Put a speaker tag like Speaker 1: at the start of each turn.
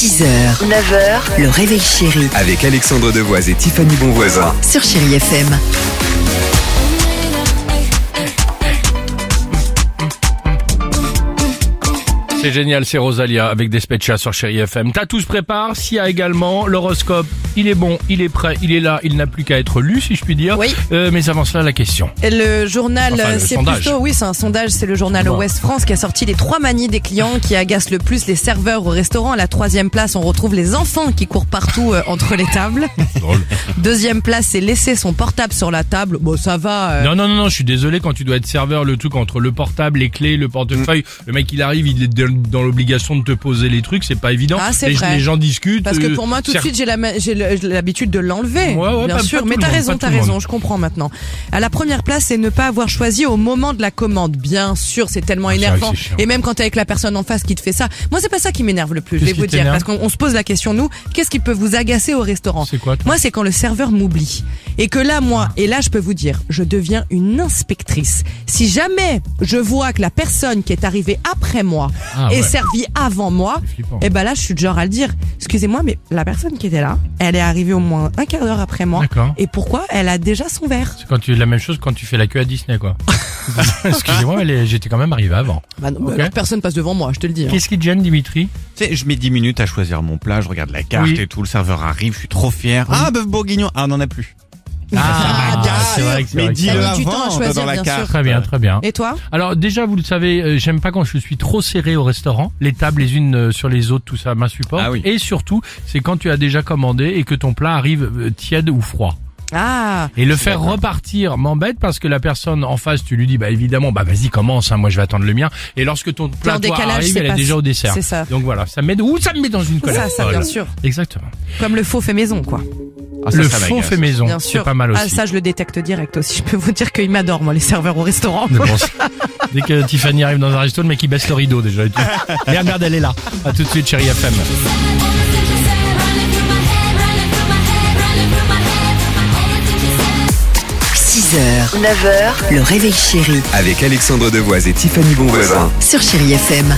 Speaker 1: 6h, 9h, le réveil chéri
Speaker 2: Avec Alexandre Devoise et Tiffany Bonvoisin.
Speaker 1: sur Chérie FM.
Speaker 3: C'est génial, c'est Rosalia avec Despecha sur Chéri FM. T'as tous prépare, Sia également, l'horoscope, il est bon, il est prêt, il est là, il n'a plus qu'à être lu si je puis dire.
Speaker 4: Oui.
Speaker 3: Euh, mais avant cela, la question.
Speaker 4: Et Le journal, euh,
Speaker 3: Enfin, le
Speaker 4: c'est
Speaker 3: sondage.
Speaker 4: plutôt, oui, c'est un sondage, c'est le journal
Speaker 3: Bon.
Speaker 4: Ouest France qui a sorti les trois manies des clients qui agacent le plus les serveurs au restaurant. À la troisième place, on retrouve les enfants qui courent partout euh, entre les tables.
Speaker 3: Drôle.
Speaker 4: Deuxième place, c'est laisser son portable sur la table. Bon, ça va. euh,
Speaker 3: Non, non, non, non, je suis désolé quand tu dois être serveur, le truc entre le portable, les clés, le portefeuille,
Speaker 4: Mm.
Speaker 3: le mec il arrive, il est dans- dans l'obligation de te poser les trucs, c'est pas évident.
Speaker 4: Ah, c'est
Speaker 3: les,
Speaker 4: vrai.
Speaker 3: les gens discutent.
Speaker 4: Parce
Speaker 3: euh,
Speaker 4: que pour moi, tout de
Speaker 3: certes,
Speaker 4: suite, j'ai la ma- j'ai le- j'ai l'habitude de l'enlever.
Speaker 3: Ouais, ouais,
Speaker 4: bien
Speaker 3: pas-
Speaker 4: sûr,
Speaker 3: pas tout
Speaker 4: mais
Speaker 3: le monde,
Speaker 4: t'as
Speaker 3: pas
Speaker 4: raison,
Speaker 3: tout
Speaker 4: t'as
Speaker 3: le
Speaker 4: raison,
Speaker 3: monde.
Speaker 4: je comprends maintenant. À la première place, c'est ne pas avoir choisi au moment de la commande. Bien sûr, c'est tellement
Speaker 3: Ah, c'est vrai
Speaker 4: énervant.
Speaker 3: que c'est chiant.
Speaker 4: Et même quand t'es avec la personne en face qui te fait ça. Moi, c'est pas ça qui m'énerve le plus, je
Speaker 3: Qu'est-ce
Speaker 4: vais vous
Speaker 3: qui
Speaker 4: dire.
Speaker 3: t'énerve
Speaker 4: Parce qu'on on se pose la question, nous, qu'est-ce qui peut vous agacer au restaurant
Speaker 3: C'est quoi, toi
Speaker 4: Moi, c'est quand le serveur m'oublie. Et que là, moi, et là, je peux vous dire, je deviens une inspectrice. Si jamais je vois que la personne qui est arrivée après moi
Speaker 3: Ah, ouais.
Speaker 4: est servie avant moi,
Speaker 3: C'est flippant.
Speaker 4: et bah là, je suis du genre à le dire. Excusez-moi, mais la personne qui était là, elle est arrivée au moins un quart d'heure après moi.
Speaker 3: D'accord.
Speaker 4: Et pourquoi Elle a déjà son verre.
Speaker 3: C'est quand tu la même chose quand tu fais la queue à Disney quoi. Excusez-moi, mais les- j'étais quand même arrivé avant.
Speaker 4: Bah non,
Speaker 3: Ok.
Speaker 4: alors personne passe devant moi, je te le dis. hein.
Speaker 3: Qu'est-ce qui te gêne, Dimitri
Speaker 5: Tu sais, je mets 10 minutes à choisir mon plat, je regarde la carte
Speaker 3: Oui.
Speaker 5: et tout, le serveur arrive, je suis trop fier. Ah, bœuf bourguignon Ah, on n'en a plus.
Speaker 3: Ah,
Speaker 4: bien
Speaker 3: c'est vrai que c'est vrai
Speaker 5: Mais
Speaker 3: que c'est
Speaker 5: dis-le
Speaker 3: vrai.
Speaker 4: T'as mis du temps à
Speaker 5: avant
Speaker 4: choisir,
Speaker 5: dans la
Speaker 4: bien sûr.
Speaker 5: carte.
Speaker 3: Très bien, très bien.
Speaker 4: Et toi
Speaker 3: Alors déjà, vous le savez, euh, j'aime pas quand je suis trop serré au restaurant. Les tables les unes euh, sur les autres, tout ça m'insupporte.
Speaker 5: Ah oui.
Speaker 3: Et surtout, c'est quand tu as déjà commandé et que ton plat arrive euh, tiède ou froid.
Speaker 4: Ah
Speaker 3: Et le faire repartir m'embête parce que la personne en face, tu lui dis, bah évidemment, bah vas-y, commence, hein, moi je vais attendre le mien. Et lorsque ton plat
Speaker 4: en
Speaker 3: toi,
Speaker 4: décalage,
Speaker 3: arrive,
Speaker 4: c'est
Speaker 3: elle
Speaker 4: pas-
Speaker 3: est déjà au dessert.
Speaker 4: c'est ça.
Speaker 3: Donc voilà, ça me met, ou ça me met dans une colère.
Speaker 4: ça, ça, bien
Speaker 3: folle.
Speaker 4: sûr.
Speaker 3: Exactement.
Speaker 4: Comme le faux fait maison, quoi.
Speaker 5: Ah, ça,
Speaker 3: le
Speaker 5: ça
Speaker 3: fond
Speaker 5: m'agace.
Speaker 3: fait maison,
Speaker 4: Bien sûr.
Speaker 3: c'est pas mal aussi.
Speaker 4: Ah, ça, je le détecte direct aussi. Je peux vous dire qu'ils m'adorent, moi, les serveurs au restaurant.
Speaker 3: Mais bon, c'est- Dès que Tiffany arrive dans un resto, le mec il baisse le rideau déjà. et tout. Merde, merde, elle est là. À tout de suite, chérie FM.
Speaker 6: Everything she said, running through my head, running through my head, running through my head. Everything she said.
Speaker 1: 6h, 9h, le réveil chéri
Speaker 2: Avec Alexandre Devoise et Tiffany Bonvoisin.
Speaker 1: sur Chérie FM.